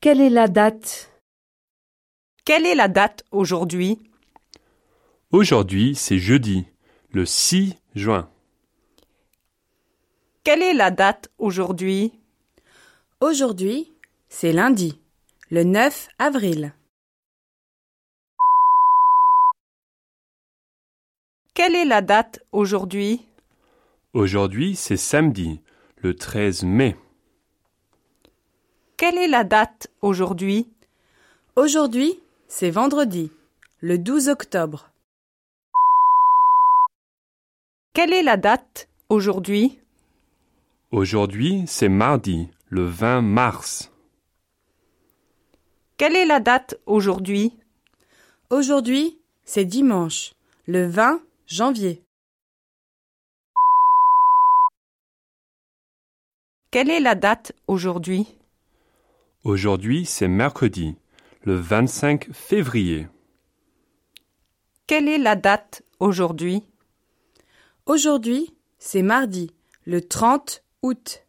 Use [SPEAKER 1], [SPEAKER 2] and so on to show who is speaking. [SPEAKER 1] Quelle est la date
[SPEAKER 2] Quelle est la date aujourd'hui
[SPEAKER 3] Aujourd'hui, c'est jeudi, le 6 juin.
[SPEAKER 2] Quelle est la date aujourd'hui
[SPEAKER 4] Aujourd'hui, c'est lundi, le 9 avril.
[SPEAKER 2] Quelle est la date aujourd'hui
[SPEAKER 3] Aujourd'hui, c'est samedi, le 13 mai.
[SPEAKER 2] Quelle est la date aujourd'hui
[SPEAKER 4] Aujourd'hui, c'est vendredi, le 12 octobre.
[SPEAKER 2] Quelle est la date aujourd'hui
[SPEAKER 3] Aujourd'hui, c'est mardi, le 20 mars.
[SPEAKER 2] Quelle est la date aujourd'hui
[SPEAKER 4] Aujourd'hui, c'est dimanche, le 20 janvier.
[SPEAKER 2] Quelle est la date aujourd'hui
[SPEAKER 3] Aujourd'hui, c'est mercredi, le 25 février.
[SPEAKER 2] Quelle est la date aujourd'hui
[SPEAKER 4] Aujourd'hui, c'est mardi, le 30 août.